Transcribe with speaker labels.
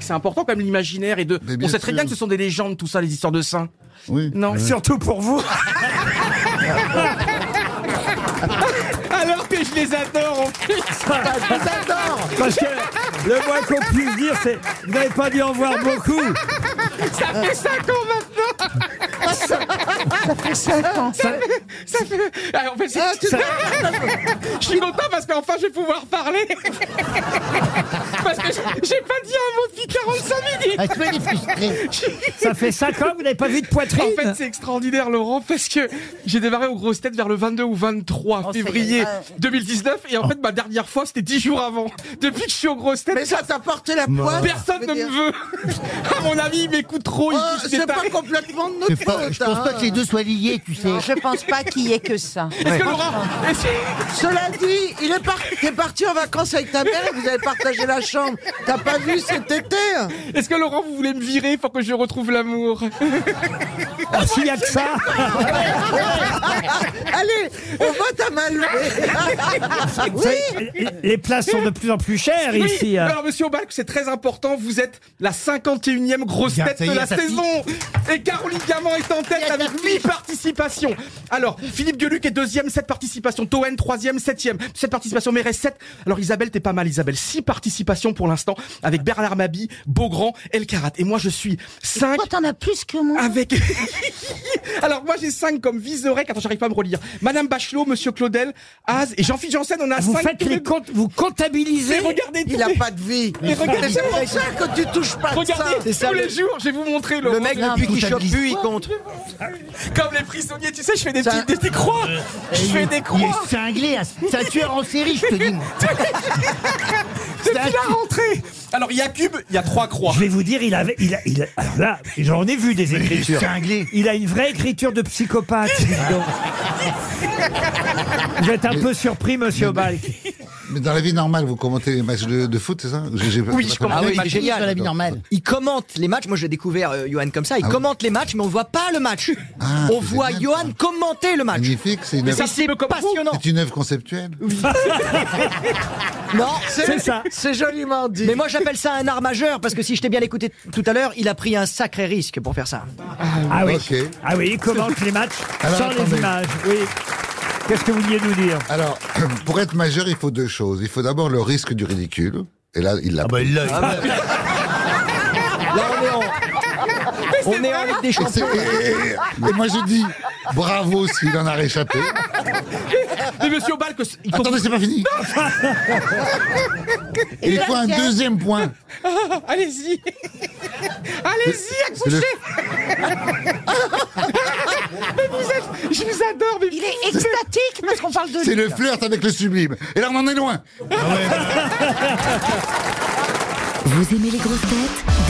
Speaker 1: c'est important quand même l'imaginaire et de.
Speaker 2: Mais bien
Speaker 1: On sait très
Speaker 2: sûr.
Speaker 1: bien que ce sont des légendes, tout ça, les histoires de saints.
Speaker 2: Oui.
Speaker 1: Non.
Speaker 3: Surtout pour vous.
Speaker 1: Alors que je les adore. en plus.
Speaker 3: Parce que le moins qu'on puisse dire, c'est vous n'avez pas dû en voir beaucoup.
Speaker 1: Ça fait 5 ans maintenant. ça, ça fait 5 ans. Ça, fait. Alors, en fait, c'est- je suis content parce qu'enfin je vais pouvoir parler. parce que j'ai- j'ai pas dit un mot depuis 45
Speaker 2: Ah,
Speaker 1: minutes.
Speaker 4: tu vas les frustrer.
Speaker 3: Ça fait 5 ans que vous n'avez pas vu de poitrine.
Speaker 1: En fait, c'est extraordinaire, Laurent, parce que j'ai démarré aux grosses têtes vers le 22 ou 23
Speaker 4: Oh, ça y est,
Speaker 1: février
Speaker 4: euh.
Speaker 1: 2019, et en fait, ma dernière fois, c'était 10 jours avant. Depuis que je suis aux grosses têtes,
Speaker 4: Mais Ah, ça t'a porté la poire.
Speaker 1: personne ne me veut. à mon avis, il m'écoute trop, il touche des
Speaker 4: Oh, c'est
Speaker 1: tarés.
Speaker 4: pas complètement de notre
Speaker 5: C'est pas-
Speaker 4: faute,
Speaker 5: je pense
Speaker 4: hein.
Speaker 5: pas que les deux soient liés, tu sais.
Speaker 6: Je pense pas qu'il y ait que ça.
Speaker 1: Est-ce que Laurent, est-ce que-
Speaker 4: Cela dit, il est par... t'es parti en vacances avec ta mère et vous avez partagé la chambre. T'as pas vu cet été hein
Speaker 1: est-ce que Laurent, vous voulez me virer pour que je retrouve l'amour?
Speaker 3: Ah, S'il y a que ça.
Speaker 4: Allez, on vote à main levée. oui,
Speaker 3: Les places sont de plus en plus chères
Speaker 1: Oui,
Speaker 3: ici. hein.
Speaker 1: alors monsieur Obalk, c'est très important, vous êtes la 51e grosse
Speaker 5: Bien,
Speaker 1: tête
Speaker 5: ça y
Speaker 1: de
Speaker 5: est,
Speaker 1: la
Speaker 5: ça pique.
Speaker 1: saison Et Caroline Diamant est en tête
Speaker 4: ça
Speaker 1: avec 8 participations Alors, Philippe Gueluc est deuxième, 7 participations, Toen troisième, 7 7 participations, Mérès 7 Alors Isabelle, t'es pas mal Isabelle, 6 participations pour l'instant avec Bernard Mabi, Beaugrand, El Karat. Et moi je suis 5
Speaker 6: Toi, t'en as plus que moi.
Speaker 1: avec... Alors moi j'ai 5 comme Vizorek, attends j'arrive pas à me relire, Madame Bachelot, Monsieur Claudel, Az et Jean-Philippe Janssen, on a 5
Speaker 3: Ah, Vous faites les comptes, vous
Speaker 1: Et
Speaker 3: comptabilisez.
Speaker 1: regardez tous
Speaker 4: il a
Speaker 1: les-
Speaker 4: pas de vie.
Speaker 1: Mais regardez-
Speaker 4: C'est pour ça que tu touches pas de ça.
Speaker 1: Regardez, tous les jours, je vais vous montrer le,
Speaker 7: Le mec, depuis qu'il chope
Speaker 5: comptabilise.
Speaker 7: plus, il compte.
Speaker 1: comme les prisonniers, tu sais, je fais des,
Speaker 4: Ça-
Speaker 1: petites- des, des croix, je fais des
Speaker 5: Il
Speaker 1: croix.
Speaker 5: est cinglé, hein. c'est un tueur en série, je te dis. moi.
Speaker 1: Depuis la rentrée. Alors, il y a cube, il y a trois croix.
Speaker 3: Je vais vous dire, il avait, il a, il a- alors là, j'en ai vu des
Speaker 5: Il est
Speaker 3: écritures.
Speaker 5: cinglé.
Speaker 3: Il a une vraie écriture de psychopathe. dis donc. Vous êtes un peu surpris, monsieur Balk.
Speaker 2: Mais dans la vie normale, vous commentez les matchs de, de foot, c'est ça J'ai- j'ai-
Speaker 1: Oui, je
Speaker 2: j'ai pas
Speaker 1: commente.
Speaker 7: Ah oui,
Speaker 5: Il est
Speaker 7: il est génial.
Speaker 5: sur la vie normale. Ah
Speaker 7: Il commente les matchs. Moi, j'ai découvert euh, Johan comme ça. Il
Speaker 2: oui.
Speaker 7: commente les matchs, mais on voit pas le match.
Speaker 2: Ah,
Speaker 7: on
Speaker 2: c'est
Speaker 7: voit
Speaker 2: génial,
Speaker 7: Johan
Speaker 2: ça.
Speaker 7: commenter le match.
Speaker 2: Magnifique, c'est une,
Speaker 7: Mais
Speaker 2: œuvre-
Speaker 7: c'est
Speaker 1: me comme vous.
Speaker 7: passionnant.
Speaker 2: c'est une œuvre conceptuelle.
Speaker 7: Non,
Speaker 3: C'est ça.
Speaker 4: C'est joliment dit.
Speaker 7: mais moi j'appelle ça un art majeur parce que si je t'ai bien écouté t- tout à l'heure, il a pris un sacré risque pour faire ça.
Speaker 3: Ah oui.
Speaker 2: Ok.
Speaker 3: Ah oui, il commente les matchs
Speaker 2: Alors,
Speaker 3: sans les
Speaker 2: attendez.
Speaker 3: images. Oui. Qu'est-ce que vous vouliez nous dire
Speaker 2: Alors, pour être majeur, il faut deux choses. Il faut d'abord le risque du ridicule. Et là, il l'a.
Speaker 5: Bah, il l'a.
Speaker 7: Là on est en, on est en avec des
Speaker 2: Et c'est-
Speaker 7: champions.
Speaker 2: et- et- et- et moi, je dis bravo s'il en a réchappé.
Speaker 1: Mais monsieur Balk, il faut.
Speaker 2: Attendez, c'est pas fini. Et il faut un deuxième point.
Speaker 1: Allez-y. Allez-y,
Speaker 2: C'est le-
Speaker 1: accouchez. mais vous êtes. Je vous adore, mais.
Speaker 6: Il est extatique parce qu'on parle de
Speaker 2: C'est
Speaker 6: lui.
Speaker 2: le flirt avec le sublime. Et là, on en est loin.
Speaker 8: Vous aimez les grosses têtes